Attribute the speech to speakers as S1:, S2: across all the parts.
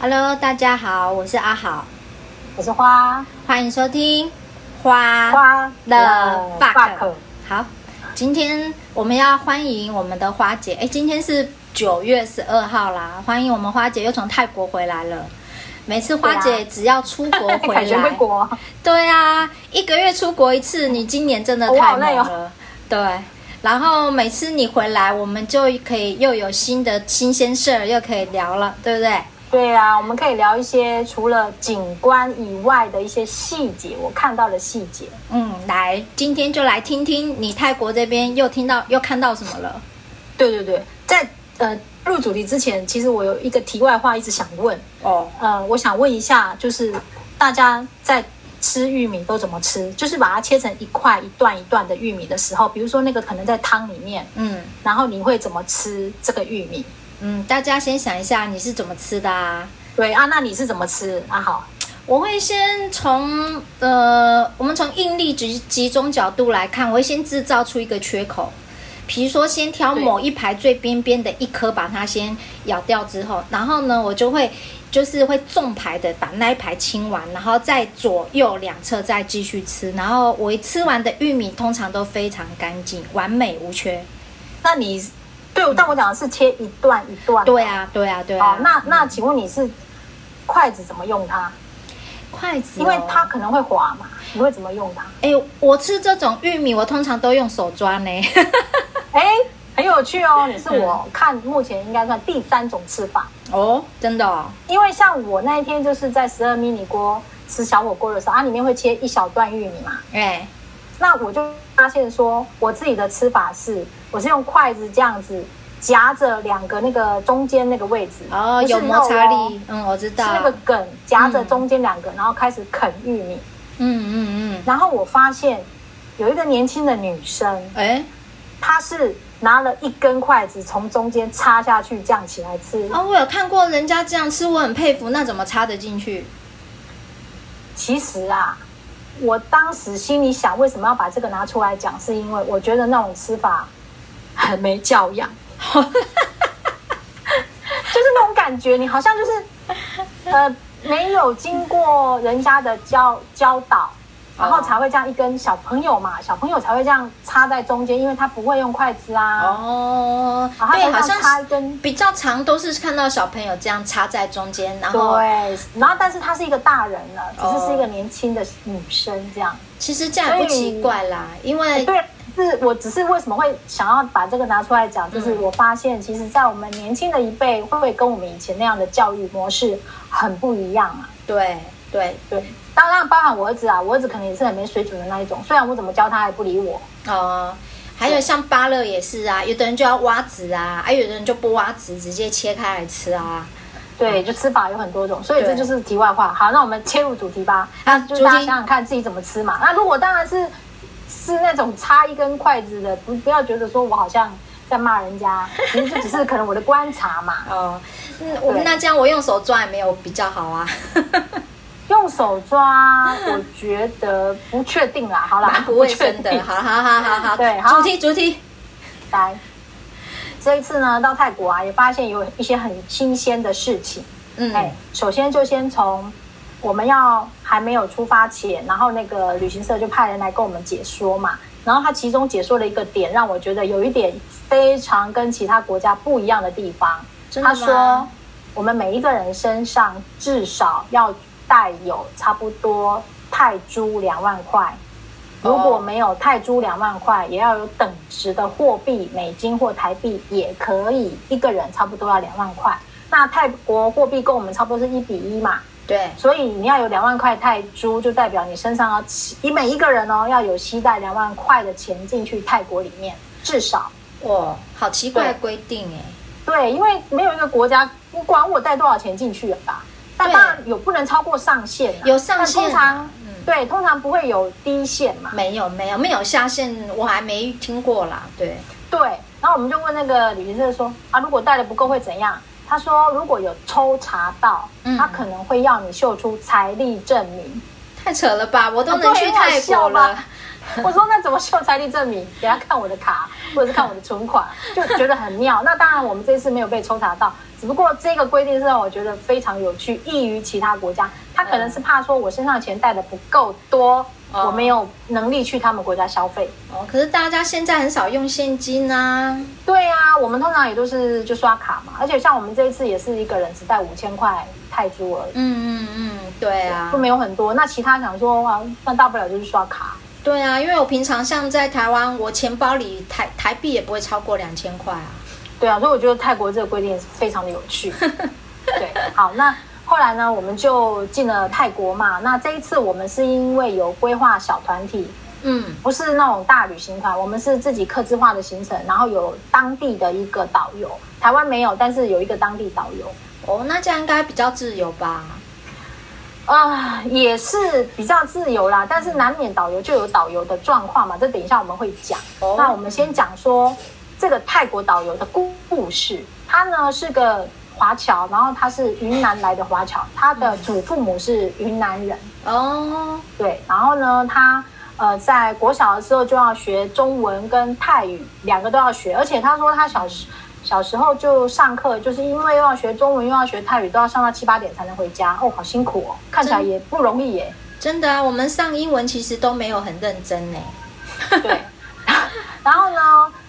S1: Hello，大家好，我是阿好，
S2: 我是花
S1: 欢迎收听花
S2: 花
S1: 的 fuck
S2: fuck。
S1: 好，今天我们要欢迎我们的花姐。哎，今天是九月十二号啦，欢迎我们花姐又从泰国回来了。每次花姐
S2: 对啊
S1: 只要出国回
S2: 凯旋
S1: 来
S2: 归，国，
S1: 对啊，一个月出国一次，你今年真的
S2: 我
S1: 太
S2: 好
S1: 猛
S2: 累哦
S1: 了。对，然后每次你回来，我们就可以又有新的新鲜事儿，又可以聊了，对不对？
S2: 对啊，我们可以聊一些除了景观以外的一些细节，我看到的细节。
S1: 嗯，来，今天就来听听你泰国这边又听到又看到什么了。
S2: 对对对，在呃入主题之前，其实我有一个题外话一直想问，
S1: 哦，
S2: 呃，我想问一下，就是大家在吃玉米都怎么吃？就是把它切成一块一段一段的玉米的时候，比如说那个可能在汤里面，
S1: 嗯
S2: 然后你会怎么吃这个玉米？
S1: 嗯，大家先想一下你是怎么吃的啊？
S2: 对啊，那你是怎么吃啊？好，
S1: 我会先从呃，我们从应力集集中角度来看，我会先制造出一个缺口，比如说先挑
S2: 对
S1: 某一排最边边的一颗，把它先咬掉之后，然后呢，我就会就是会纵排的把那一排清完，然后再左右两侧再继续吃，然后我吃完的玉米通常都非常干净，完美无缺。
S2: 那你对，但我讲的是切一段一段。
S1: 对。啊，对啊，对啊
S2: 哦。，那那请问你是筷子怎么用它？
S1: 筷子哦、
S2: 因为它可能会滑嘛，你会怎么用它？
S1: 哎、我吃这种玉米，我通常都用手抓呢。
S2: 哎，很有趣哦，你是
S1: 嗯
S2: 我看目前应该算第三种吃法。
S1: 哦，真的、哦。
S2: 因为像我那一天就是在十二迷你锅吃小火锅的时候，它啊里面会切一小段玉米嘛，
S1: 哎、
S2: 那我就发现说，我自己的吃法是，我是用筷子这样子夹着两个那个中间那个位置，
S1: 哦，
S2: 不是
S1: 有摩擦
S2: 肉哦
S1: 力，嗯，我知
S2: 是
S1: 道。
S2: 那个嗯梗夹着中间两个，然后开始啃玉米。
S1: 嗯嗯嗯，
S2: 然后我发现有一个年轻的女生，
S1: 哎、
S2: 她是拿了一根筷子从中间插下去，这样起来吃。
S1: 哦，我有看过人家这样吃，我很佩服，那怎么插得进 去？
S2: 其实啊，我当时心里想，为什么要把这个拿出来讲，是因为我觉得那种吃法很没教养，
S1: 哦
S2: 就是那种感觉，你好像就是呃没有经过人家的教教导。然后才会这样一根小朋友嘛，小朋友才会这样插在中间，因为他不会用筷子啊。
S1: 哦，
S2: 然后
S1: 对，
S2: 他
S1: 好
S2: 就这样插
S1: 像
S2: 一根，
S1: 比较常都是看到小朋友这样插在中间，然后
S2: 对。然后但是他是一个大人了，只
S1: 哦
S2: 是是一个年轻的女生这样。
S1: 其实这样也不
S2: 所以
S1: 奇怪啦，因为
S2: 对，是我只是为什么会想要把这个拿出来讲，就是
S1: 嗯
S2: 我发现其实，在我们年轻的一辈，会不会跟我们以前那样的教育模式很不一样啊？
S1: 对对
S2: 对，当然包含我儿子啊，我儿子可能也是很没水准的那一种，虽然我怎么教他，也不理我。
S1: 哦。还有像芭乐也是啊，有的人就要挖籽啊，啊，有的人就不挖籽，直接切开来吃啊。
S2: 对，就吃法有很多种，所以
S1: 对
S2: 这就是题外话。好，那我们切入主题吧。
S1: 啊
S2: 就
S1: 主
S2: 是大家
S1: 题
S2: 想想看自己怎么吃嘛。那如果当然是是那种插一根筷子的，不不要觉得说我好像在骂人家，其实这只是可能我的观察嘛。
S1: 哦，嗯，我
S2: 对
S1: 那这样我用手抓也没有比较好啊。
S2: 用手抓，我觉得不确定啦。好啦
S1: 蛮，不卫生
S2: 不确
S1: 的。
S2: 定
S1: 好好好好好，
S2: 对好
S1: 主题主题，
S2: 来，这一次呢，到泰国啊，也发现有一些很新鲜的事情。哎
S1: 嗯，，
S2: 首先就先从我们要还没有出发前，然后那个旅行社就派人来跟我们解说嘛。然后他其中解说了一个点，让我觉得有一点非常跟其他国家不一样的地方。
S1: 真的
S2: 他
S1: 吗
S2: 说，我们每一个人身上至少要带有差不多泰铢两万块。
S1: 哦
S2: 如果没有泰铢两万块，也要有等值的货币，美金或台币也可以，一个人差不多要两万块。那泰国货币跟我们差不多是一比一嘛，
S1: 对，
S2: 所以你要有两万块泰铢，就代表你身上要起你每一个人哦要有携带两万块的钱进去泰国里面，至少
S1: 哇，好奇怪的
S2: 对
S1: 规定哎。
S2: 对，因为没有一个国家你管我带多少钱进去吧。但
S1: 对
S2: 当然有不能超过上限啊、
S1: 有上限啊
S2: 但通常、
S1: 嗯
S2: 对，通常不会有低限嘛。
S1: 没有没有没有下线，我还没听过啦。对，
S2: 对，然后我们就问那个旅行社说啊，如果带的不够会怎样？他说如果有抽查到，
S1: 嗯
S2: 他可能会要你秀出财力证明。
S1: 太扯了吧，我都能去
S2: 啊
S1: 泰
S2: 对
S1: 国
S2: 很好笑
S1: 了
S2: 吧， 我说那怎么秀财力证明？ 给他看我的卡，或者是看我的存款，就觉得很妙。那当然，我们这次没有被抽查到，只不过这个规定是让我觉得非常有趣，异于其他国家。他可能是怕说我身上钱带的不够多，
S3: 嗯
S2: 我没有能力去他们国家消费。
S1: 哦，可是大家现在很少用现金啊。
S2: 对啊，我们通常也都是就刷卡嘛，而且像我们这一次也是一个人只带五千块泰铢而已，
S1: 嗯嗯嗯，对啊
S2: 就，没有很多。那其他想说啊，那大不了就是刷卡。
S1: 对啊，因为我平常像在台湾，我钱包里台台币也不会超过两千块啊。
S2: 对啊，所以我觉得泰国这个规定也是非常的有趣。对，好，那后来呢，我们就进了泰国嘛。那这一次我们是因为有规划小团体，
S1: 嗯
S2: 不是那种大旅行团，我们是自己客制化的行程，然后有当地的一个导游，台湾没有，但是有一个当地导游。
S1: 哦，那这样应该比较自由吧？
S2: 啊、也是比较自由啦，但是难免导游就有导游的状况嘛，这等一下我们会讲。
S1: 哦
S2: 那我们先讲说这个泰国导游的故故事，他呢是个华侨，然后他是云南来的华侨，他的祖父母是云南人，
S1: 哦，
S2: 对，然后呢他。呃，在国小的时候就要学中文跟泰语，两个都要学。而且他说他小时小时候就上课，就是因为又要学中文又要学泰语，都要上到七八点才能回家。哦，好辛苦哦，看起来
S1: 真
S2: 也不容易耶。
S1: 真的啊，我们上英文其实都没有很认真呢。
S2: 对，然后呢，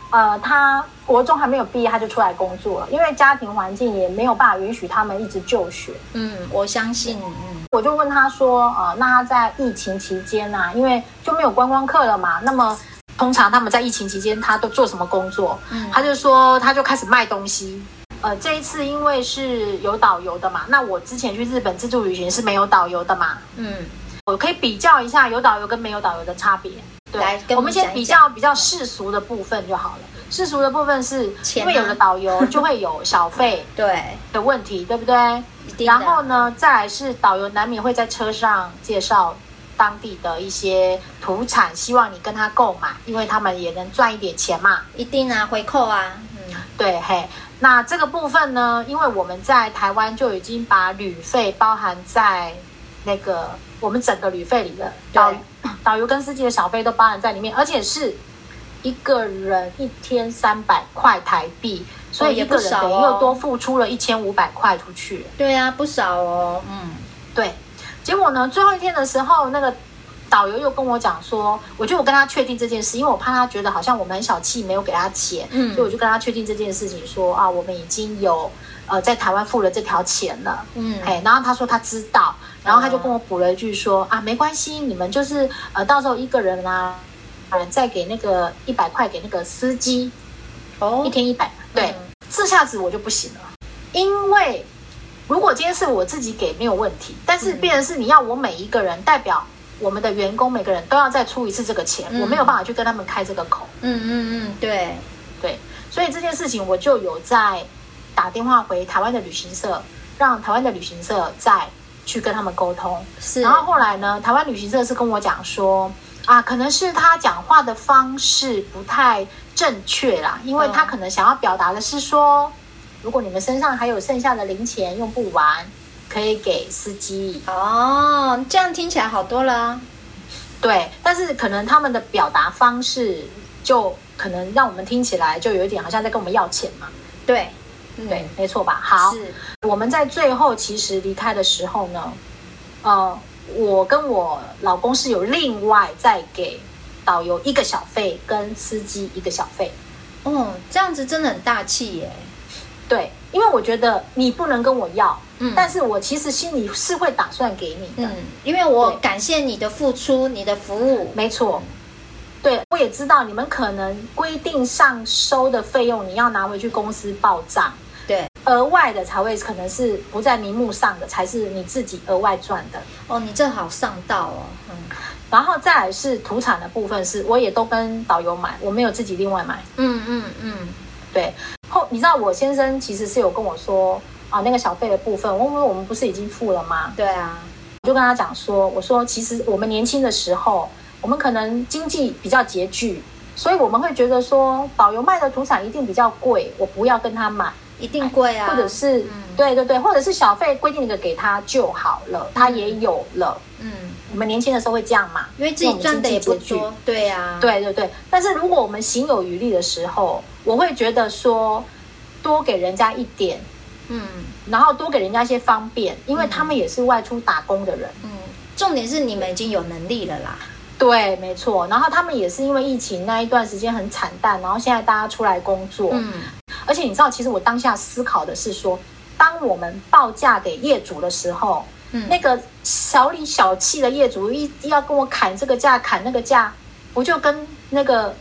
S2: 呃，他国中还没有毕业，他就出来工作了，因为家庭环境也没有办法允许他们一直就学。
S1: 嗯，我相信，嗯，
S2: 我就问他说，呃，那他在疫情期间啊，因为就没有观光客了嘛，那么。通常他们在疫情期间，他都做什么工作？
S1: 嗯
S2: 他就说他就开始卖东西。呃，这一次因为是有导游的嘛，那我之前去日本自助旅行是没有导游的嘛，
S1: 嗯，
S2: 我可以比较一下有导游跟没有导游的差别。对
S1: 来跟我们
S2: 我们先
S1: 讲一
S2: 比
S1: 讲
S2: 较比较世俗的部分就好了。世俗的部分是，
S1: 钱啊吗
S2: 因为有了导游就会有小费
S1: 对，
S2: 的问题，对不对？
S1: 一定的
S2: 然后呢，再来是导游难免会在车上介绍当地的一些土产，希望你跟他购买，因为他们也能赚一点钱嘛。
S1: 一定啊，回扣啊，嗯，
S2: 对，嘿，那这个部分呢，因为我们在台湾就已经把旅费包含在那个我们整个旅费里了，导
S1: 对
S2: 导游跟司机的小费都包含在里面，而且是一个人一天三百块台币，所
S1: 哦
S2: 以
S1: 也
S2: 一个
S1: 不
S2: 人
S1: 少
S2: 等于
S1: 哦
S2: 又多付出了一千五百块出去。
S1: 对啊，不少哦，嗯，
S2: 对，结果呢，最后一天的时候，那个导游又跟我讲说，我就我跟他确定这件事，因为我怕他觉得好像我们很小气，没有给他钱，
S1: 嗯
S2: 所以我就跟他确定这件事情说，啊，我们已经有呃在台湾付了这条钱了，
S1: 嗯
S2: 哎，然后他说他知道，然后他就跟我补了一句说，啊，没关系，你们就是呃到时候一个人啊，人再给那个一百块给那个司机，
S1: 哦
S2: 一，天一百，对，
S1: 嗯
S2: 这下子我就不行了，因为如果今天是我自己给没有问题，但是
S1: 嗯
S2: 变成是你要我每一个人代表我们的员工每个人都要再出一次这个钱，
S1: 嗯
S2: 我没有办法去跟他们开这个口，
S1: 嗯嗯嗯，对，
S2: 对，所以这件事情我就有在打电话回台湾的旅行社，让台湾的旅行社再去跟他们沟通，
S1: 是，
S2: 然后后来呢，台湾旅行社是跟我讲说，啊，可能是他讲话的方式不太正确啦，因为他
S1: 嗯
S2: 可能想要表达的是说，如果你们身上还有剩下的零钱用不完，可以给司机。
S1: 哦，这样听起来好多了啊，
S2: 对，但是可能他们的表达方式就可能让我们听起来就有一点好像在跟我们要钱嘛。
S1: 对，嗯
S2: 对，，没错吧？好，
S1: 是，
S2: 我们在最后其实离开的时候呢，呃，我跟我老公是有另外再给导游一个小费，跟司机一个小费。
S1: 哦，这样子真的很大气耶，
S2: 对，因为我觉得你不能跟我要，
S1: 嗯
S2: 但是我其实心里是会打算给你的，
S1: 嗯，因为我
S2: 对
S1: 感谢你的付出，你的服务，
S2: 没错。对，我也知道你们可能规定上收的费用，你要拿回去公司报账，
S1: 对，
S2: 额外的才会可能是不在名目上的，才是你自己额外赚的。
S1: 哦，你这好上道哦，嗯
S2: 然后再来是土产的部分是，我也都跟导游买，我没有自己另外买。
S1: 嗯嗯嗯，
S2: 对，后你知道我先生其实是有跟我说啊，那个小费的部分，我问我们不是已经付了吗？
S1: 对啊，
S2: 我就跟他讲说，我说其实我们年轻的时候，我们可能经济比较拮据，所以我们会觉得说导游卖的土产一定比较贵，我不要跟他买。
S1: 一定贵啊，
S2: 或者是、
S1: 嗯
S2: 对对对，或者是小费规定一个给他就好了，他也有了。
S1: 嗯
S2: 我们年轻的时候会这样嘛，
S1: 因为自己赚的也不多，对啊，
S2: 对对对。但是如果我们行有余力的时候，我会觉得说，多给人家一点，
S1: 嗯
S2: 然后多给人家一些方便，因为他们也是外出打工的人。
S1: 嗯，重点是你们已经有能力了啦，
S2: 对，没错。然后他们也是因为疫情那一段时间很惨淡，然后现在大家出来工作，
S1: 嗯
S2: 而且你知道，其实我当下思考的是说，当我们报价给业主的时候，
S1: 嗯，
S2: 那个小里小气的业主一要跟我砍这个价砍那个价，不就跟那个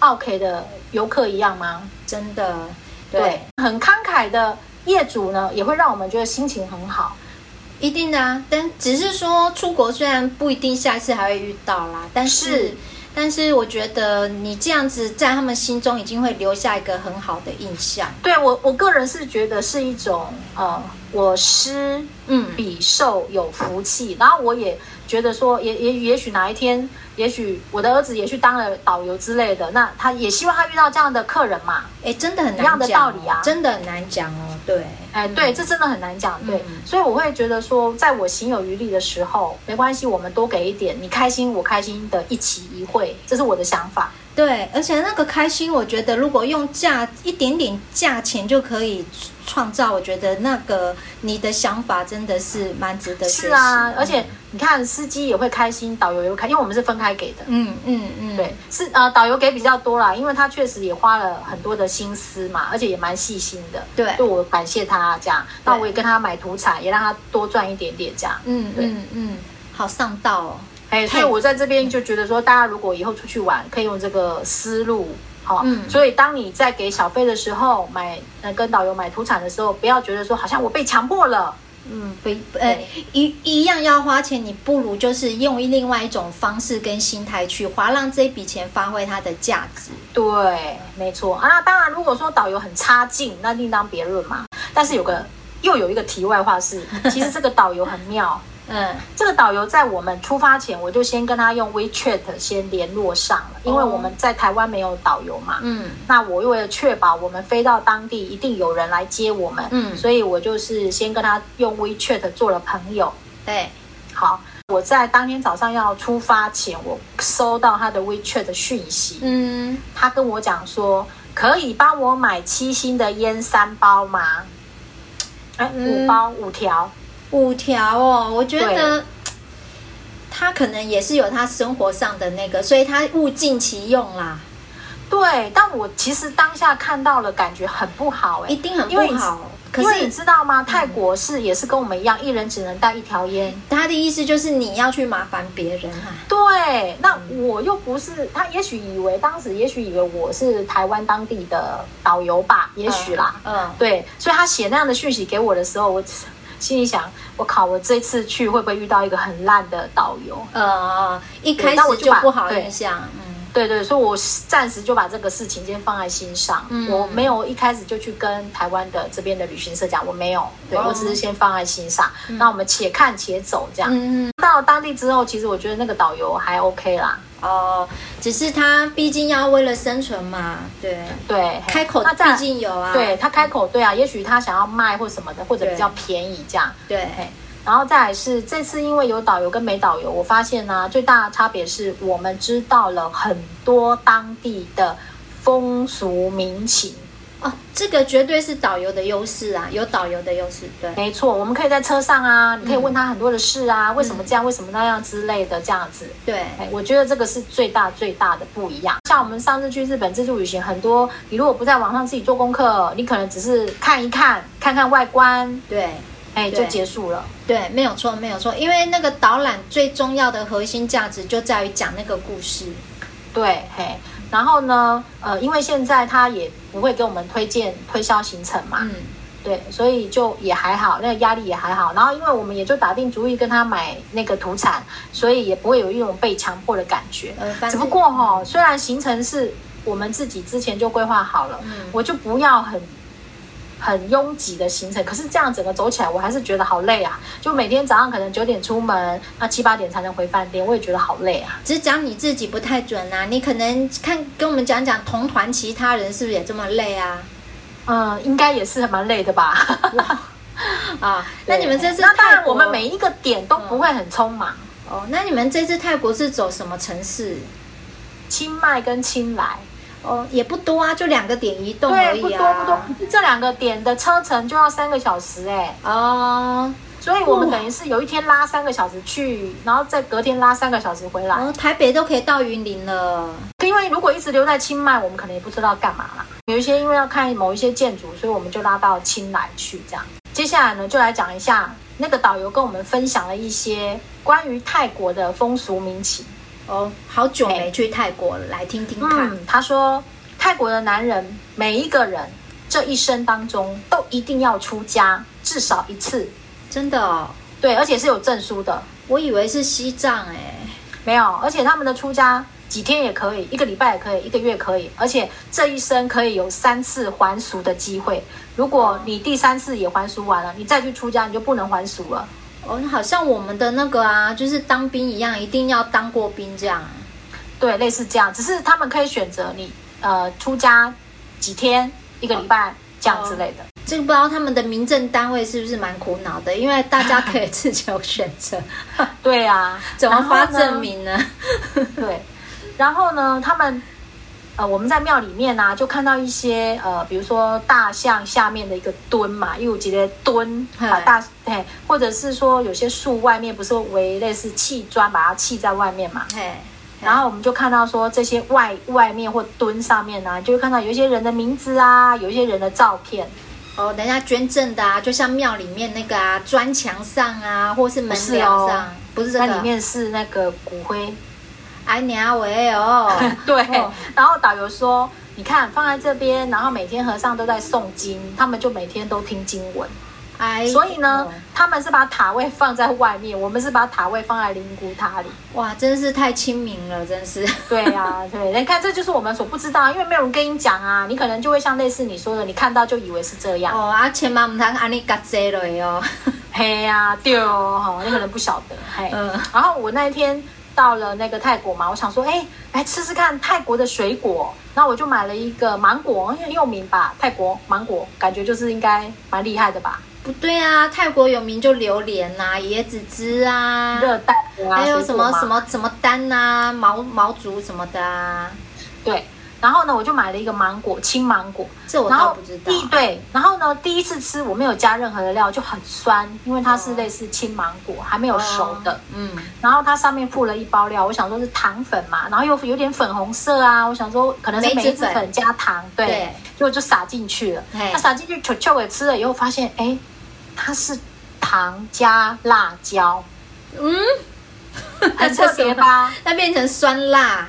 S2: 奥 K 的游客一样吗？
S1: 真的，
S2: 对，很慷慨的业主呢，也会让我们觉得心情很好。
S1: 一定的啊，但只是说出国虽然不一定下一次还会遇到啦，但是
S2: 是
S1: 但是我觉得你这样子在他们心中已经会留下一个很好的印象。
S2: 对我我个人是觉得是一种呃，我施
S1: 嗯，
S2: 比受有福气。然后我也觉得说，也也也许哪一天，也许我的儿子也去当了导游之类的，那他也希望他遇到这样的客人嘛。
S1: 哎，真的很
S2: 一样
S1: 难
S2: 的
S1: 讲、
S2: 道理啊
S1: 真的很难讲哦。对，
S2: 哎，对，这真的很难讲，对，
S1: 嗯
S2: 所以我会觉得说，在我行有余力的时候，没关系，我们多给一点，你开心我开心的一起一会，这是我的想法。
S1: 对，而且那个开心，我觉得如果用价一点点价钱就可以创造，我觉得那个你的想法真的是蛮值得学习嗯
S2: 是
S1: 的。
S2: 啊，而且你看，司机也会开心，导游也会开，因为我们是分开给的。
S1: 嗯嗯嗯，
S2: 对，是呃，导游给比较多啦，因为他确实也花了很多的心思嘛，而且也蛮细心的。
S1: 对
S2: 就我感谢他这样，那
S1: 对
S2: 我也跟他买土产，也让他多赚一点点这样。
S1: 嗯
S2: 对
S1: 嗯嗯，好上道哦。
S2: 哎，所以我在这边就觉得说，大家如果以后出去玩，可以用这个思路。好、
S1: 嗯
S2: 所以当你在给小费的时候，买呃跟导游买土产的时候，不要觉得说好像我被强迫了。
S1: 嗯，不，呃，一一样要花钱，你不如就是用另外一种方式跟心态去花，让这一笔钱发挥它的价值。
S2: 对，没错啊。那当然，如果说导游很差劲，那另当别论嘛。但是有个又有一个题外 话是，其实这个导游很妙。
S1: 嗯，
S2: 这个导游在我们出发前，我就先跟他用 WeChat 先联络上了，因为
S1: 哦
S2: 我们在台湾没有导游嘛。
S1: 嗯，
S2: 那我为了确保我们飞到当地一定有人来接我们，
S1: 嗯
S2: 所以我就是先跟他用 WeChat 做了朋友。
S1: 对，
S2: 好，我在当天早上要出发前，我收到他的 WeChat 讯息，
S1: 嗯，
S2: 他跟我讲说，可以帮我买七星的烟三包吗？哎，
S1: 嗯
S2: 五包五条，
S1: 五条哦，我觉
S2: 对
S1: 得他可能也是有他生活上的那个，所以他物尽其用啦，
S2: 对，但我其实当下看到了，感觉很不好哎、
S1: 一定很
S2: 因为
S1: 不
S2: 你
S1: 好。可
S2: 因为你
S1: 是嗯
S2: 知道吗？泰国是也是跟我们一样，一人只能带一条烟。
S1: 他的意思就是你要去麻烦别人啊，
S2: 对，那我又不是他，也许以为当时也许以为我是台湾当地的导游吧，也许啦。
S1: 嗯，
S2: 对，所以他写那样的讯息给我的时候，我心里想，我靠，我这次去会不会遇到一个很烂的导游？
S1: 嗯呃，一开
S2: 对那我
S1: 始
S2: 就
S1: 就
S2: 把
S1: 不好
S2: 对
S1: 印象，嗯
S2: 对对，所以我暂时就把这个事情先放在心上，
S1: 嗯
S2: 我没有一开始就去跟台湾的这边的旅行社讲，我没有，对、
S1: 哦嗯
S2: 我只是先放在心上，那我们且看且走这样。
S1: 嗯嗯。
S2: 到了当地之后，其实我觉得那个导游还 OK 啦，
S1: 哦，只是他毕竟要为了生存嘛，对，
S2: 对，
S1: 开口
S2: 那
S1: 毕
S2: 再
S1: 竟有啊，
S2: 对他开口对啊，也许他想要卖或什么的，或者
S1: 对
S2: 比较便宜这样。
S1: 对，
S2: 然后再来是这次因为有导游跟没导游，我发现呢、最大的差别是我们知道了很多当地的风俗民情。
S1: 哦，这个绝对是导游的优势啊，有导游的优势，对，
S2: 没错，我们可以在车上啊，
S1: 嗯
S2: 你可以问他很多的事啊，为什么这样，为什么那样之类的，这样子。
S1: 对，
S2: 哎，我觉得这个是最大最大的不一样。像我们上次去日本自助旅行，很多你如果不在网上自己做功课，你可能只是看一看，看看外观，
S1: 对。
S2: 哎，
S1: 对
S2: 就结束了。
S1: 对，没有错，没有错，因为那个导览最重要的核心价值就在于讲那个故事。
S2: 对，嘿。然后呢，呃，因为现在他也不会给我们推荐推销行程嘛，
S1: 嗯，
S2: 对，所以就也还好，那个压力也还好。然后因为我们也就打定主意跟他买那个土产，所以也不会有一种被强迫的感觉。
S1: 呃，反
S2: 只
S1: 正
S2: 不过哈、虽然行程是我们自己之前就规划好了，
S1: 嗯
S2: 我就不要很很拥挤的行程。可是这样整个走起来，我还是觉得好累啊！就每天早上可能九点出门，那七八点才能回饭店，我也觉得好累啊。
S1: 只讲你自己不太准啊，你可能看跟我们讲讲同团其他人是不是也这么累啊？
S2: 嗯，应该也是蛮累的吧。
S1: 啊，那你们这次
S2: 那当然，
S1: 泰国
S2: 我们每一个点都不会很匆忙。
S1: 哦哦，那你们这次泰国是走什么城市？嗯
S2: 清迈跟清莱，
S1: 哦，也不多啊，就两个点移动而
S2: 对，不
S1: 已
S2: 多
S1: 啊。
S2: 不多，这两个点的车程就要三个小时哎、
S1: 哦，
S2: 所以我们等于是有一天拉三个小时去，然后再隔天拉三个小时回来。
S1: 哦，台北都可以到云林了。
S2: 因为如果一直留在清迈，我们可能也不知道干嘛啦。有一些因为要看某一些建筑，所以我们就拉到清莱去这样。接下来呢，就来讲一下那个导游跟我们分享了一些关于泰国的风俗民情。
S1: 哦，好久
S2: 哎
S1: 没去泰国了，来听听看。
S2: 嗯，他说泰国的男人每一个人这一生当中都一定要出家至少一次，
S1: 真的哦，
S2: 对，而且是有证书的。
S1: 我以为是西藏哎、
S2: 没有，而且他们的出家几天也可以，一个礼拜也可以，一个月可以，而且这一生可以有三次还俗的机会。如果你第三次也还俗完了，你再去出家，你就不能还俗了。
S1: 哦，那好像我们的那个啊，就是当兵一样，一定要当过兵这样。
S2: 对，类似这样，只是他们可以选择你呃出家几天，一个礼拜这样之类的。
S1: 这个不知道他们的民政单位是不是蛮苦恼的，因为大家可以自己有选择，
S2: 对啊，
S1: 怎么发
S2: 然后呢
S1: 证？明呢？
S2: 对，然后呢，他们呃，我们在庙里面呢、就看到一些呃，比如说大象下面的一个墩嘛，因为我觉得墩
S1: 嘿
S2: 把大哎，或者是说有些树外面不是围类似砌砖把它砌在外面嘛，
S1: 嘿，
S2: 然后我们就看到说这些外外面或墩上面呢、啊就会看到有一些人的名字啊，有一些人的照片，
S1: 哦，人家捐赠的啊，就像庙里面那个啊，砖墙上啊，或是门
S2: 不是
S1: 梁
S2: 哦
S1: 上，不是,、这
S2: 那
S1: 个。
S2: 里面是那个骨灰，
S1: 哎娘喂哦，
S2: 对，
S1: 哦
S2: 然后导游说。你看，放在这边，然后每天和尚都在诵经，他们就每天都听经文。
S1: 哎，
S2: 所以呢
S1: 哦，
S2: 他们是把塔位放在外面，我们是把塔位放在灵骨 塔里。
S1: 哇，真是太亲民了，真是。
S2: 对 呀、对，你看这就是我们所不知道，因为没有人跟你讲啊，你可能就会像类似你说的，你看到就以为是这样。
S1: 哦，啊，千万唔通安尼夹济落哦。
S2: 嘿呀、对哦，吼你可能不晓得。嘿，
S1: 嗯
S2: 然后我那一天到了那个泰国嘛，我想说，哎，来吃吃看泰国的水果。那我就买了一个芒果，因为很有名吧，泰国芒果感觉就是应该蛮厉害的吧，
S1: 不对啊，泰国有名就榴莲呐、椰子汁啊，
S2: 热带啊，
S1: 还有
S2: 水
S1: 什
S2: 果
S1: 么
S2: 嘛
S1: 什么什么丹呐、啊、毛毛竹什么的啊，
S2: 对。然后呢，我就买了一个芒果，青芒果，
S1: 这我
S2: 然
S1: 倒
S2: 后
S1: 不知道。
S2: 第对，然后呢，第一次吃我没有加任何的料，就很酸，因为它是
S1: 哦
S2: 类似青芒果，还没有熟的。
S1: 哦， 嗯，
S2: 然后它上面附了一包料，我想说是糖粉嘛，然后又有点粉红色啊，我想说可能是
S1: 梅
S2: 梅
S1: 子
S2: 子
S1: 粉
S2: 粉加糖，对，
S1: 对
S2: 结果就撒进去了。
S1: 嘿
S2: 那撒进去，球球也吃了以后发现，哎，它是糖加辣椒，
S1: 嗯，啊
S2: 很特别吧？
S1: 那变成酸辣，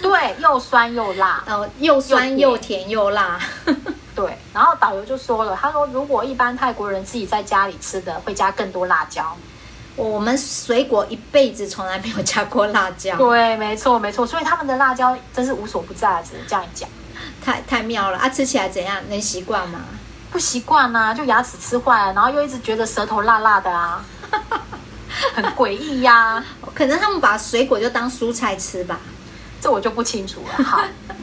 S2: 对，又酸又辣。
S1: 哦，又酸又
S2: 又
S1: 甜又 辣。
S2: 对，然后导游就说了，他说如果一般泰国人自己在家里吃的，会加更多辣椒。
S1: 我们水果一辈子从来没有加过辣椒，
S2: 对，没错没错，所以他们的辣椒真是无所不在，啊只能这样讲。
S1: 太太妙了啊！吃起来怎样？能习惯吗？
S2: 不习惯啊，就牙齿吃坏了，然后又一直觉得舌头辣辣的啊， 很诡异呀、
S1: 可能他们把水果就当蔬菜吃吧。
S2: 这我就不清楚 了。好，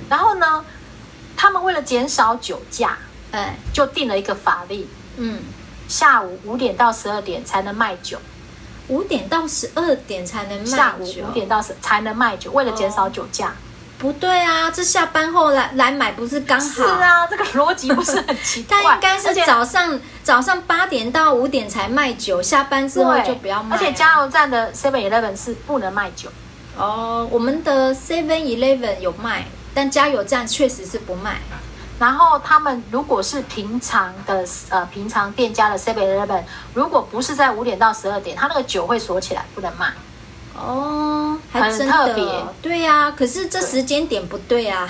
S2: 然后呢，他们为了减少酒驾，
S1: 哎，
S2: 就定了一个法令，
S1: 嗯，
S2: 下午五点到十二点才能卖酒，
S1: 五点到十二点才能卖
S2: 下午
S1: 酒哦
S2: 五。点到十才能卖酒，为了减少酒驾。
S1: 不对啊，这下班后来来买不是刚好？
S2: 是，啊，这个逻辑不是很 奇怪。
S1: 他应该是
S2: 而且
S1: 早上早上八点到五点才卖酒，下班之后
S2: 对
S1: 就不要卖啊、
S2: 而且加油站的 Seven Eleven 是不能卖酒。
S1: 哦，我们的 Seven Eleven 有卖，但加油站确实是不卖。
S2: 然后他们如果是平常的呃平常店家的 Seven Eleven，如果不是在五点到十二点，他那个酒会锁起来不能卖。
S1: 哦，还
S2: 很
S1: 真
S2: 特
S1: 的
S2: 别
S1: 哦，对呀、可是这时间点不对啊，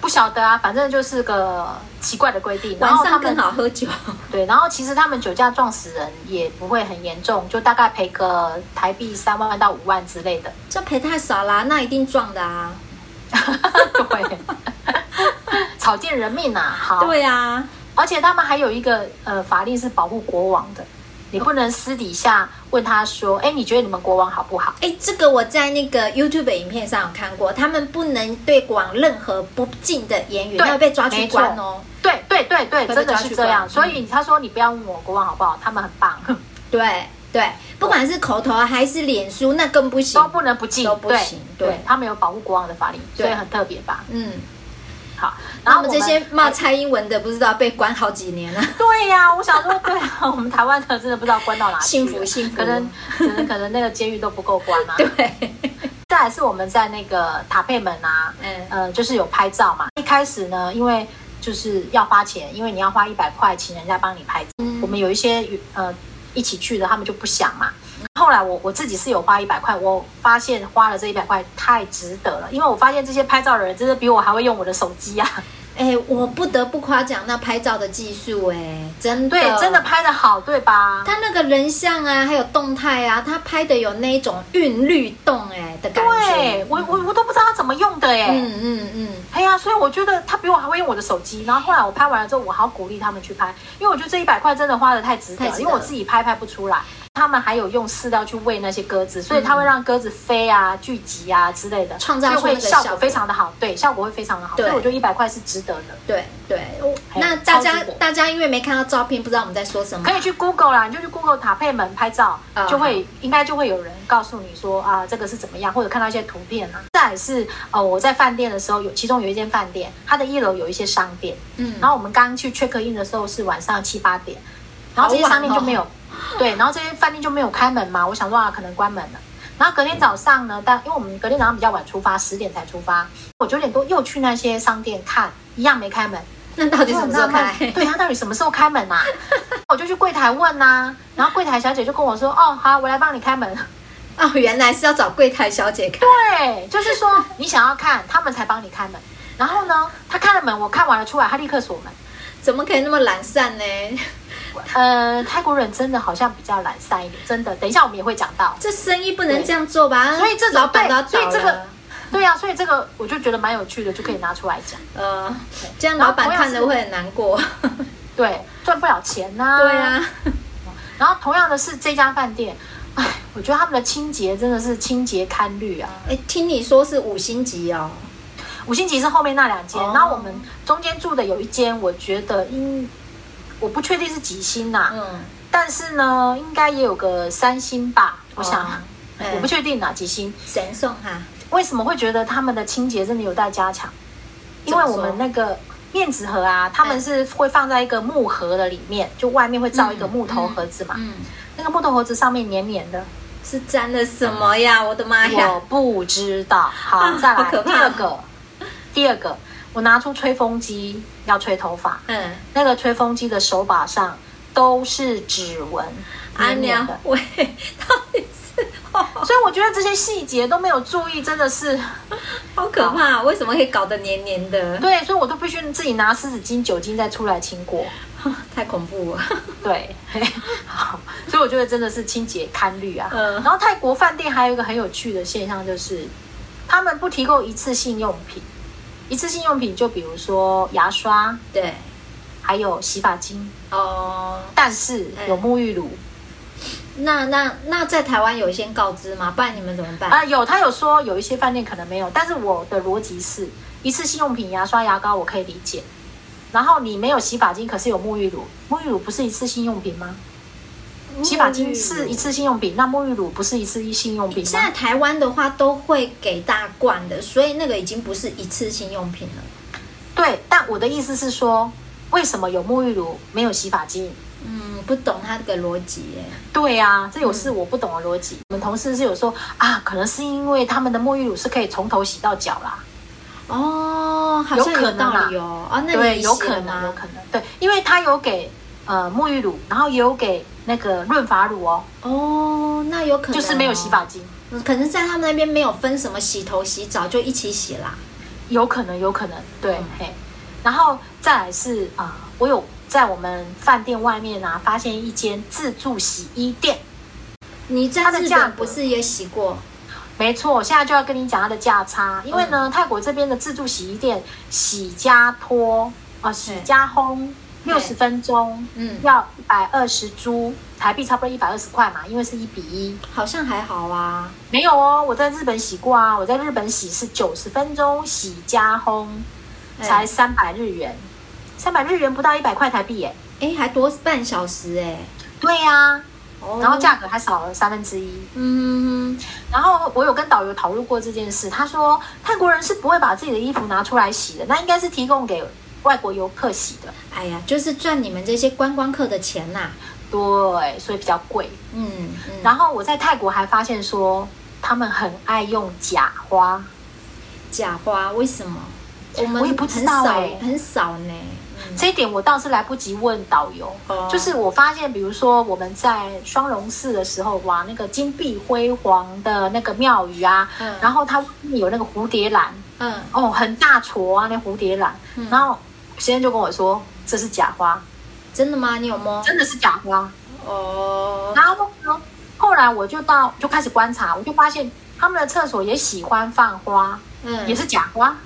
S2: 不晓得啊，反正就是个奇怪的规定。然
S1: 晚
S2: 后他
S1: 上更
S2: 们
S1: 好喝酒。
S2: 对，然后其实他们酒驾撞死人也不会很严重，就大概赔个台币三万到五万之类的。
S1: 这赔太少啦，那一定撞的啊。
S2: 对， 草菅人命啊！好，
S1: 对啊，
S2: 而且他们还有一个呃法令是保护国王的，你不能私底下问他说，哎，你觉得你们国王好不好？
S1: 哎，这个我在那个 YouTube 影片上有看过，他们不能对国王任何不敬的言语，
S2: 对
S1: 他会被抓去关哦。
S2: 对对对对，
S1: 会被
S2: 真的
S1: 抓
S2: 是
S1: 去
S2: 这
S1: 关
S2: 样。
S1: 嗯
S2: 所以他说你不要问我国王好不好，他们很棒。
S1: 对，对，不管是口头还是脸书，那更不行
S2: 都。不能不进，
S1: 都不
S2: 对
S1: 行对
S2: 对，他们有保护国王的法令，
S1: 对
S2: 所以很特别吧？
S1: 嗯，
S2: 好，然
S1: 那
S2: 后
S1: 我们这些骂蔡英文的，不知道被关好几年啊了。
S2: 对呀、我想说，对啊， 我们台湾的真的不知道关到哪去
S1: 幸
S2: 了，
S1: 福幸福
S2: 可能可能可能那个监狱都不够关啊。
S1: 对，
S2: 再来是我们在那个塔佩门啊，
S1: 嗯
S2: 呃，就是有拍照嘛。一开始呢，因为就是要花钱，因为你要花一百块请人家帮你拍照。
S1: 嗯
S2: 我们有一些呃一起去的，他们就不想嘛。后来我我自己是有花一百块，我发现花了这一百块太值得了，因为我发现这些拍照的人真的比我还会用我的手机啊，
S1: 哎、我不得不夸奖那拍照的技术、哎，真的，
S2: 对，真的。拍的好，对吧？
S1: 他那个人像啊，还有动态啊，他拍的有那一种韵律动哎、的感觉。
S2: 对我我我都不知道他怎么用的哎、
S1: 嗯嗯嗯，
S2: 哎呀，所以我觉得他比我还会用我的手机。然后后来我拍完了之后，我好鼓励他们去拍，因为我觉得这一百块真的花的太值得，
S1: 太值得
S2: 因为我自己拍拍不出来。他们还有用饲料去喂那些鸽子，所以它会让鸽子飞啊、聚集啊之类的，
S1: 创造出
S2: 所以
S1: 那
S2: 会
S1: 个
S2: 效
S1: 效果
S2: 果非常的好。对，效果会非常的好，
S1: 对
S2: 所以我觉得一百块是值得的。
S1: 对对。
S2: 嘿
S1: 那大
S2: 超
S1: 家
S2: 值得
S1: 大家因为没看到照片，不知道我们在说什么
S2: 可。以去 Google 啦，你就去 Google 塔佩门拍照，
S1: 嗯
S2: 就会应该就会有人告诉你说啊，这个是怎么样，或者看到一些图片啊。再来是呃，我在饭店的时候有，其中有一间饭店，它的一楼有一些商店，
S1: 嗯，
S2: 然后我们刚去 check in 的时候是晚上七八点，然后这些
S1: 好晚哦
S2: 商店就没有， 对，然后这些饭店就没有开门嘛，我想说啊，可能关门了。然后隔天早上呢，但因为我们隔天早上比较晚出发，十点才出发，我九点多又去那些商店看，一样没开门。
S1: 那到底什么时候开？
S2: 对他到底什么时候开门啊？我就去柜台问呐、然后柜台小姐就跟我说：“哦，好，我来帮你开门。
S1: 哦，原来是要找柜台小姐”看。
S2: 对，就是说你想要看，他们才帮你开门。然后呢，他开了门，我看完了出来，他立刻锁门。
S1: 怎么可以那么懒 散呢？
S2: 呃，泰国人真的好像比较懒散一点，真的。等一下我们也会讲到。
S1: 这生意不能这样做吧？
S2: 所以这种
S1: 老啊板都要
S2: 对所以
S1: 倒
S2: 这个
S1: 了
S2: 对呀、所以这个我就觉得蛮有趣的，就可以拿出来讲。
S1: 呃，这样老板看的会很难过。
S2: 对，赚不了钱 呐、
S1: 对。啊，
S2: 然后同样的是这家饭店，哎，我觉得他们的清洁真的是清洁堪虑啊。
S1: 哎，听你说是五星级哦，
S2: 五星级是后面那两间，
S1: 哦
S2: 然后我们中间住的有一间，我觉得应我不确定是几星呐、
S1: 嗯，
S2: 但是呢，应该也有个三星吧，我想，
S1: 哦
S2: 我不确定哪几星。
S1: 神送哈，
S2: 为什么会觉得他们的清洁真的有待加强？
S1: 怎
S2: 因
S1: 么
S2: 为
S1: 说
S2: 我们那个面纸盒啊，他们是会放在一个木盒的里面，就外面会罩一个木头盒子嘛，
S1: 嗯，
S2: 那个木头盒子上面黏黏的，
S1: 是沾了什么呀？我的妈
S2: 我
S1: 哎呀！
S2: 不知 道。好，
S1: 啊
S2: 再
S1: 好
S2: 来
S1: 可
S2: 第
S1: 怕
S2: 二个，第二个，我拿出吹风机要吹头发，
S1: 嗯，
S2: 那个吹风机的手把上都是指纹，
S1: 安
S2: 黏黏
S1: 娘
S2: 的。
S1: 喂，到底是哦，
S2: 所以我觉得这些细节都没有注意，真的是
S1: 好可怕！为什么可以搞得黏黏的？
S2: 对，所以我都必须自己拿湿纸巾、酒精再出来清过。
S1: 太恐怖了。
S2: 对，嘿好，所以我觉得真的是清洁堪虑啊。
S1: 嗯
S2: 然后泰国饭店还有一个很有趣的现象，就是他们不提供一次性用品，一次性用品就比如说牙刷，
S1: 对，
S2: 还有洗发精，
S1: 哦，
S2: 但是有沐浴乳。
S1: 那那那在台湾有先告知吗？不然你们怎么办？
S2: 啊、有，他有说有一些饭店可能没有，但是我的逻辑是，一次性用品、牙刷、牙膏我可以理解。然后你没有洗发精，可是有沐浴乳，沐浴乳不是一次性用品吗？
S1: 嗯
S2: 洗发精是一次性用品，那沐浴乳不是一次性用品
S1: 现在
S2: 吗？
S1: 台湾的话都会给大罐的，所以那个已经不是一次性用品了。
S2: 对，但我的意思是说，为什么有沐浴乳没有洗发精？
S1: 嗯，不懂它的逻辑耶。
S2: 对啊，这有是我不懂的逻
S1: 嗯
S2: 辑。我们同事是有说啊，可能是因为他们的沐浴乳是可以从头洗到脚啦。
S1: 哦，好像
S2: 有可
S1: 有
S2: 能啊
S1: 道理哦。哦，那
S2: 对，
S1: 你
S2: 有可
S1: 洗了吗
S2: 能，有可能，对，因为他有给呃沐浴乳，然后也有给那个润发乳哦，
S1: 哦，那有可能、
S2: 就是没有洗发，精，
S1: 可能在他们那边没有分什么洗头、洗澡，就一起洗啦。
S2: 有可能，有可能，对，
S1: 嗯
S2: 嘿，然后再来是啊、呃我有在我们饭店外面啊发现一间自助洗衣店，
S1: 你在
S2: 它的
S1: 日
S2: 价
S1: 本
S2: 格
S1: 不是也洗过？
S2: 没错，我现在就要跟你讲它的价差，因为
S1: 嗯
S2: 呢，泰国这边的自助洗衣店洗加脱啊、洗加烘六十分钟。
S1: 嗯，
S2: 要一百二十铢，台币差不多一百二十块嘛，因为是一比一。
S1: 好像还好啊。
S2: 没有哦，我在日本洗过啊，我在日本洗是九十分钟洗加烘，才
S1: 哎
S2: 三百日元，三百日元不到一百块台币耶。
S1: 哎，还多半小时哎。
S2: 对呀、
S1: 哦
S2: 然后价格还少了三分之一。
S1: 嗯
S2: 然后我有跟导游讨论过这件事，他说泰国人是不会把自己的衣服拿出来洗的，那应该是提供给外国游客洗的。
S1: 哼，哎呀，就是赚你们这些观光客的钱呐、
S2: 对，所以比较贵。
S1: 嗯嗯，
S2: 然后我在泰国还发现说，他们很爱用假花，
S1: 假花为什么？我们
S2: 我也不知道
S1: 很少、
S2: 哎
S1: 很少呢。嗯
S2: 这一点我倒是来不及问导游。
S1: 哦
S2: 就是我发现，比如说我们在双龙寺的时候，哇，那个金碧辉煌的那个庙宇啊，
S1: 嗯
S2: 然后它外面有那个蝴蝶兰，
S1: 嗯，
S2: 哦，很大坨啊，那蝴蝶兰。
S1: 嗯
S2: 然后先生就跟我说，这是假花，
S1: 真的吗？你有摸？
S2: 真的是假花。
S1: 哦，
S2: 然后呢，后来我就到就开始观察，我就发现他们的厕所也喜欢放花，
S1: 嗯，
S2: 也是假花，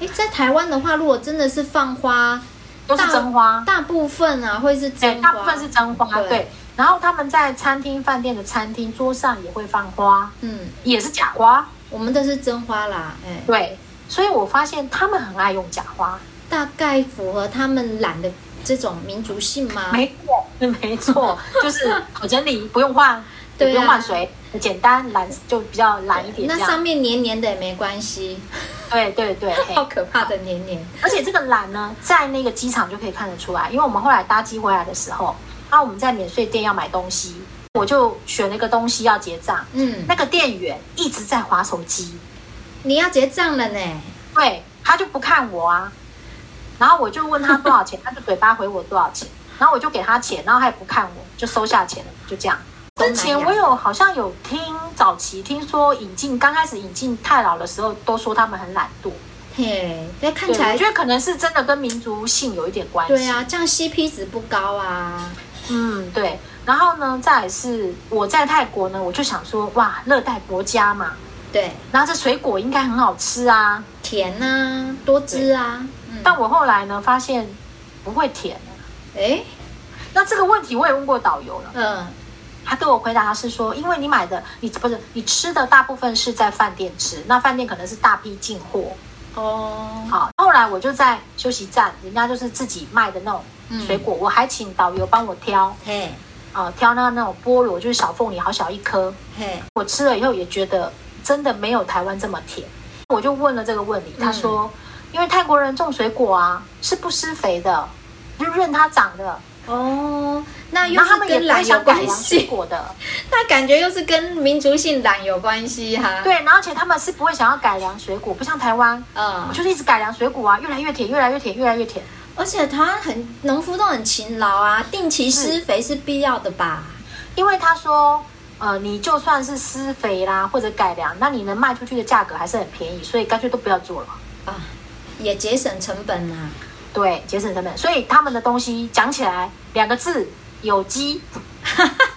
S1: 诶，在台湾的话，如果真的是放花，
S2: 都是真花。
S1: 大部分啊会是
S2: 对，
S1: 真花，
S2: 哎大部分是真花，
S1: 对
S2: 对。然后他们在餐厅、饭店的餐厅桌上也会放花，
S1: 嗯，
S2: 也是假花，
S1: 我们的是真花啦，哎、
S2: 对。所以我发现他们很爱用假花，
S1: 大概符合他们懒的这种民族性吗？
S2: 没错， 没错，就是好整理，不用换，
S1: 对啊
S2: 也不用换水，很简单，懒就比较懒一点
S1: 那
S2: 这
S1: 上
S2: 样。
S1: 面黏黏的也没关系，
S2: 对对对，嘿
S1: 好可怕的黏黏。
S2: 而且这个懒呢，在那个机场就可以看得出来，因为我们后来搭机回来的时候，啊，我们在免税店要买东西，我就选了一个东西要结账，
S1: 嗯，
S2: 那个店员一直在划手机，
S1: 你要结账了呢，
S2: 对，他就不看我啊。然后我就问他多少钱，他就嘴巴回我多少钱，然后我就给他钱，然后他也不看我，就收下钱了，就这样。
S1: 东南
S2: 之
S1: 亚
S2: 前我有好像有听早期听说引进刚开始引进泰老的时候，都说他们很懒惰，
S1: 嘿，但看
S2: 对
S1: 起来
S2: 我觉得可能是真的跟民族性有一点关系。
S1: 对啊，这样 CP 值不高啊。
S2: 嗯，对。然后呢，再来是我在泰国呢，我就想说，哇，热带国家嘛，
S1: 对，
S2: 然后这水果应该很好吃啊。
S1: 甜啊，多汁啊。嗯，
S2: 但我后来呢，发现不会甜。
S1: 哎，
S2: 那这个问题我也问过导游了，
S1: 嗯，
S2: 他对我回答是说，因为你买的，你不是你吃的大部分是在饭店吃，那饭店可能是大批进货。
S1: 哦，
S2: 好，后来我就在休息站，人家就是自己卖的那种
S1: 嗯
S2: 水果，我还请导游帮我挑，
S1: 嘿，
S2: 呃，挑那那种菠萝，就是小凤梨，好小一颗。
S1: 嘿，
S2: 我吃了以后也觉得真的没有台湾这么甜。我就问了这个问题，他
S1: 嗯
S2: 说，因为泰国人种水果啊是不施肥的，就任它长的，
S1: 哦，那又
S2: 然后他
S1: 是
S2: 们也
S1: 跟
S2: 不会
S1: 懒有
S2: 想改
S1: 关
S2: 良水
S1: 系，
S2: 果的，
S1: 那感觉又是跟民族性懒有关系哈、，
S2: 对，然后而且他们是不会想要改良水果，不像台湾，我
S1: 嗯，
S2: 就是一直改良水果啊，越来越甜，越来越甜，越来越甜。
S1: 而且台湾很农夫都很勤劳啊，定期施肥是必要的吧？
S2: 因为他说，呃，你就算是施肥啦或者改良，那你能卖出去的价格还是很便宜，所以干脆都不要做了。
S1: 啊，也节省成本啊。
S2: 对，节省成本。所以他们的东西讲起来两个字，有机，有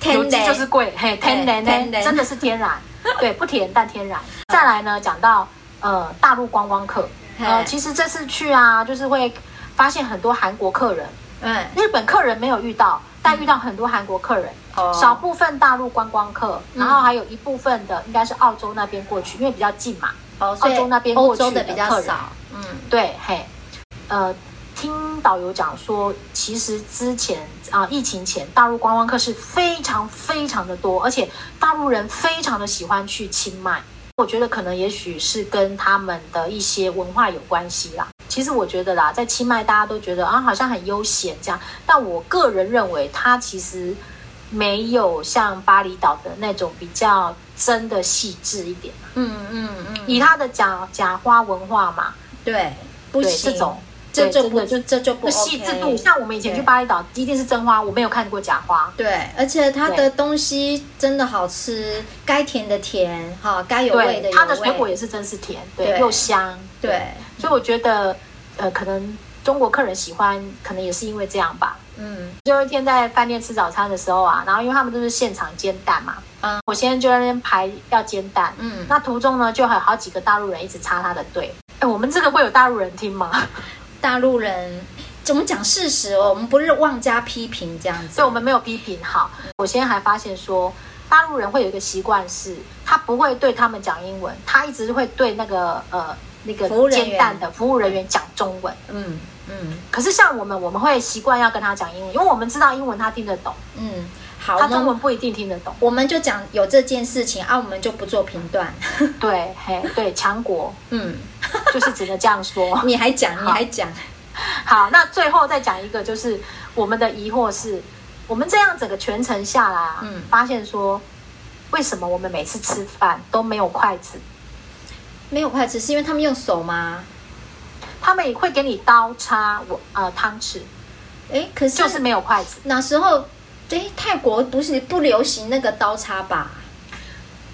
S1: 天
S2: 机
S1: 雷
S2: 就是贵，嘿，天然
S1: 天然
S2: 呢，真的是天然，对，不甜但天然。再来呢，讲到呃大陆观光客，呃，
S1: 嘿
S2: 其实这次去啊，就是会发现很多韩国客人，
S1: 嗯，
S2: 日本客人没有遇到，但遇到很多韩国客人。
S1: 哦
S2: 少部分大陆观光客，
S1: 嗯
S2: 然后还有一部分的应该是澳洲那边过去，因为比较近嘛。
S1: 哦，所以
S2: 澳洲那边
S1: 欧
S2: 过去的
S1: 洲比较
S2: 客人
S1: 少，嗯，
S2: 对，嘿，呃，听导游讲说，其实之前啊、疫情前，大陆观光客是非常非常的多，而且大陆人非常的喜欢去清迈。我觉得可能也许是跟他们的一些文化有关系啦。其实我觉得啦，在清迈大家都觉得啊，好像很悠闲这样，但我个人认为它其实没有像巴厘岛的那种比较真的细致一点。
S1: 嗯嗯嗯，
S2: 以它的假假花文化嘛，
S1: 对，不
S2: 对
S1: 行，
S2: 这种
S1: 这
S2: 对
S1: 就不
S2: 真的
S1: 这就不
S2: 不细
S1: OK
S2: 致度，像我们以前去巴厘岛，一定是真花，我没有看过假花。
S1: 对，而且它
S2: 对
S1: 的东西真的好吃，该甜的甜，哈，该有味的有味。
S2: 它的水果也是真是甜，对
S1: 对，
S2: 又香。
S1: 对，
S2: 所以我觉得，呃，可能中国客人喜欢，可能也是因为这样吧。
S1: 嗯
S2: 就一天在饭店吃早餐的时候啊，然后因为他们都是现场煎蛋嘛，
S1: 嗯，
S2: 我先生就在那边排要煎蛋，
S1: 嗯，
S2: 那途中呢就还有好几个大陆人一直插他的队。哎，我们这个会有大陆人听吗？
S1: 大陆人怎么讲事实哦？我们不是妄加批评这样子。
S2: 所以我们没有批评好。我现在还发现说，大陆人会有一个习惯是，他不会对他们讲英文，他一直会对那个呃那个
S1: 服务人员
S2: 煎蛋的服务人员讲中文。
S1: 嗯嗯
S2: 可是像我们，我们会习惯要跟他讲英文，因为我们知道英文他听得懂。
S1: 嗯，好，
S2: 他中
S1: 那
S2: 文不一定听得懂。
S1: 我们就讲有这件事情啊，我们就不做评断。
S2: 对，嘿，对，强国
S1: 嗯，
S2: 就是只能这样说。
S1: 你还讲，你还讲，
S2: 好，那最后再讲一个，就是我们的疑惑是，我们这样整个全程下来啊，
S1: 嗯
S2: 发现说，为什么我们每次吃饭都没有筷子？
S1: 没有筷子是因为他们用手吗？
S2: 他们也会给你刀叉、我呃汤匙，
S1: 哎，可是
S2: 就是没有筷子。
S1: 那时候，哎，泰国不是不流行那个刀叉吧？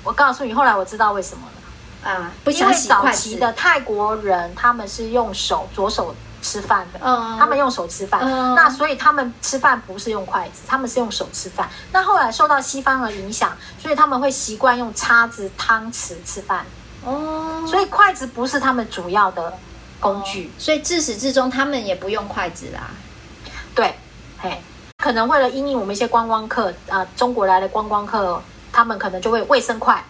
S2: 我告诉你，后来我知道为什么了，
S1: 啊，不
S2: 因
S1: 想
S2: 为
S1: 洗
S2: 早
S1: 筷
S2: 期
S1: 子
S2: 的泰国人他们是用手左手吃饭的，
S1: 嗯
S2: 他们用手吃饭，
S1: 嗯
S2: 那所以他们吃饭不是用筷子，他们是用手吃饭。那后来受到西方的影响，所以他们会习惯用叉子、汤匙吃饭，
S1: 哦，
S2: 所以筷子不是他们主要的工具。
S1: 所以自始至终他们也不用筷子啦。
S2: 对，嘿，可能为了因应我们一些观光客，呃，中国来的观光客，他们可能就会卫生筷，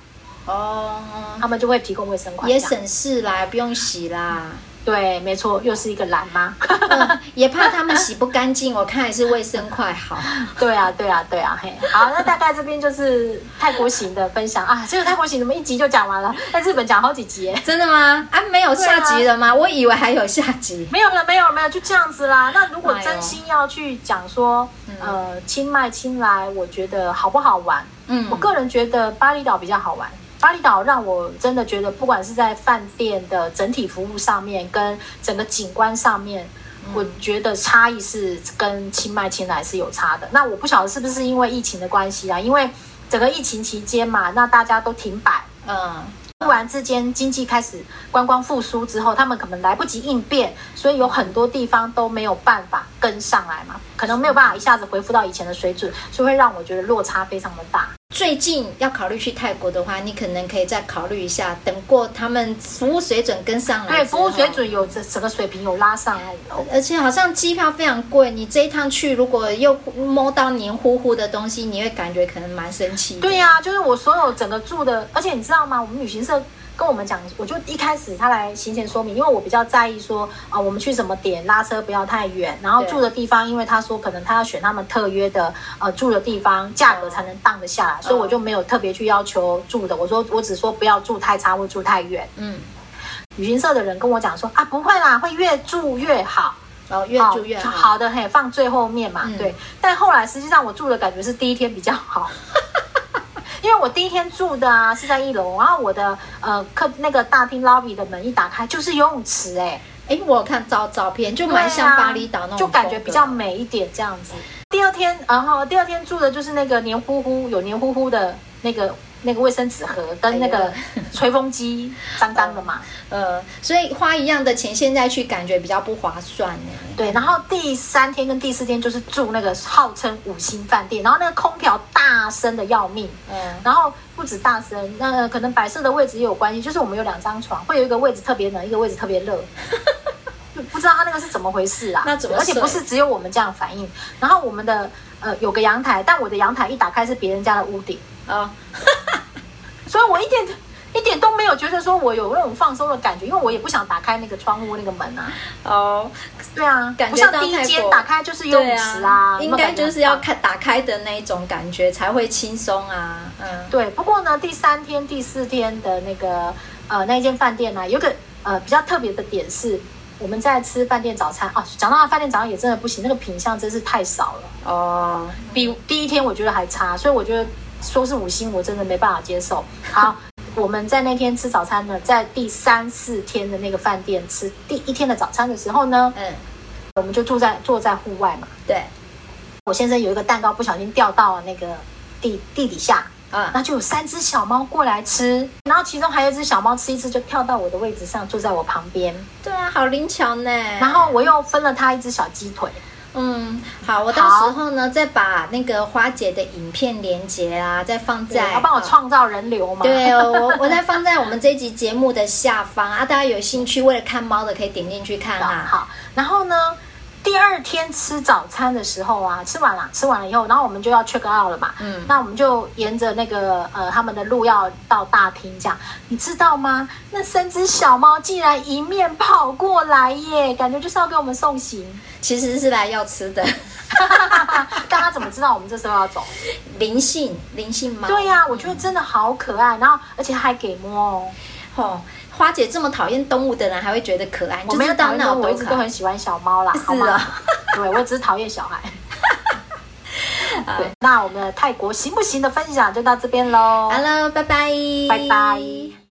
S1: 哦，
S2: 他们就会提供卫生筷这
S1: 也
S2: 样，
S1: 省事啦，不用洗啦。
S2: 对，没错，又是一个懒妈。
S1: 嗯，也怕他们洗不干净，我看还是卫生筷好。
S2: 对啊，对啊，对啊，嘿，好，那大概这边就是泰国行的分享啊。这个泰国行怎么一集就讲完了？在日本讲好几集耶。
S1: 真的吗？啊，没有下集了吗？我以为还有下集。
S2: 没有了，没有了，没有，就这样子啦。那如果
S1: 哎呦
S2: 真心要去讲说，
S1: 嗯
S2: 呃，清迈、清莱，我觉得好不好玩？
S1: 嗯，
S2: 我个人觉得巴厘岛比较好玩。巴厘岛让我真的觉得，不管是在饭店的整体服务上面，跟整个景观上面，我觉得差异是跟清迈、清莱是有差的。那我不晓得是不是因为疫情的关系啊？因为整个疫情期间嘛，那大家都停摆，
S1: 嗯
S2: 突然之间经济开始观光复苏之后，他们可能来不及应变，所以有很多地方都没有办法跟上来嘛，可能没有办法一下子恢复到以前的水准，所以会让我觉得落差非常的大。
S1: 最近要考虑去泰国的话，你可能可以再考虑一下，等过他们服务水准跟上来。
S2: 对，哎服务水。准有整整个水平有拉上来哦。
S1: 而且好像机票非常贵，你这一趟去如果又摸到黏糊糊的东西，你会感觉可能蛮生气的。
S2: 对呀、就是我所有整个住的，而且你知道吗？我们旅行社跟我们讲，我就一开始他来行前说明，因为我比较在意说，啊、我们去什么点拉车不要太远，然后
S1: 对
S2: 住的地方，因为他说可能他要选他们特约的呃住的地方，价格才能荡得下来，所以我就没有特别去要求住的，我说我只说不要住太差或住太远。
S1: 嗯，
S2: 旅行社的人跟我讲说啊，不会啦，会越住越好。
S1: 然后越住越
S2: 好
S1: 好。
S2: 的嘿，放最后面嘛，
S1: 嗯
S2: 对。但后来实际上我住的感觉是第一天比较 好，因为我第一天住的啊是在一楼，然后我的呃客那个大厅 lobby 的门一打开就是游泳池、哎，
S1: 哎、我有看照照片，就
S2: 就
S1: 蛮像巴厘岛那种、
S2: 啊就感觉比较。美一点这样子。第二天，然后第二天住的就是那个黏糊糊有黏糊糊的那个那个卫生纸盒跟那个
S1: 哎
S2: 吹风机脏脏的嘛。
S1: 呃，所以花一样的钱现在去感觉比较不划算呢。
S2: 对，然后第三天跟第四天就是住那个号称五星饭店，然后那个空调大声的要命，
S1: 嗯
S2: 然后不止大声，那、可能摆设的位置也有关系，就是我们有两张床，会有一个位置特别冷，一个位置特别 热。就不知道他那个是怎么回事啊？
S1: 那怎么
S2: 而且
S1: 睡
S2: 不是只有我们这样反应。然后我们的呃有个阳台，但我的阳台一打开是别人家的屋顶，
S1: 啊、
S2: 所以我一点一点都没有觉得说我有那种放松的感觉，因为我也不想打开那个窗户那个门啊。
S1: 哦，
S2: 对啊，
S1: 感
S2: 不
S1: 觉
S2: 像
S1: 到
S2: 第一
S1: 泰
S2: 间
S1: 国
S2: 打开就是游
S1: 对
S2: 泳池啊，有
S1: 应
S2: 没有
S1: 该
S2: 感觉
S1: 就是要
S2: 很棒。
S1: 看打开的那一种感觉才会轻松啊。嗯，
S2: 对，不过呢，第三天、第四天的那个呃那间饭店呢、有个呃比较特别的点是，我们在吃饭店早餐啊，讲到那饭店早餐也真的不行，那个品相真是太少了，
S1: 哦，
S2: 比第一天我觉得还差，所以我觉得说是五星我真的没办法接 受。好。我们在那天吃早餐呢，在第三四天的那个饭店吃第一天的早餐的时候呢，
S1: 嗯，
S2: 我们就住在坐在户外嘛，
S1: 对，
S2: 我先生有一个蛋糕不小心掉到了那个地地底下，
S1: 啊、
S2: 那就有三只小猫过来吃，然后其中还有一只小猫吃一只就跳到我的位置上，坐在我旁边，
S1: 对啊，好灵巧呢。
S2: 然后我又分了它一只小鸡腿。
S1: 嗯，好，我到时候呢再把那个花姐的影片连接啊，再放在，
S2: 要帮我
S1: 啊
S2: 创造人流嘛？
S1: 对，我我再放在我们这一集节目的下方啊，大家有兴趣为了看猫的可以点进去看
S2: 好
S1: 啊。
S2: 好。然后呢，第二天吃早餐的时候啊，吃完了，吃完了以后，然后我们就要 check out 了嘛。
S1: 嗯
S2: 那我们就沿着那个呃他们的路要到大厅这样，你知道吗？那三只小猫竟然迎面跑过来耶，感觉就是要给我们送行。
S1: 其实是来要吃的，
S2: 大家怎么知道我们这时候要 走？
S1: 灵性灵性猫，
S2: 对呀、我觉得真的好可爱，然后而且还给摸哦。
S1: 哦，花姐这么讨厌动物的人，还会觉得可爱，你
S2: 我
S1: 就
S2: 没有
S1: 知道
S2: 讨厌
S1: 那
S2: 动
S1: 有
S2: 物，我一
S1: 多
S2: 直
S1: 可
S2: 都
S1: 爱
S2: 很。喜欢小猫啦，
S1: 是
S2: 好吗
S1: 啊？
S2: 对，我只是讨厌小孩。对，那我们的泰国行不行的分享就到这边喽。
S1: 哦好了，拜拜，
S2: 拜拜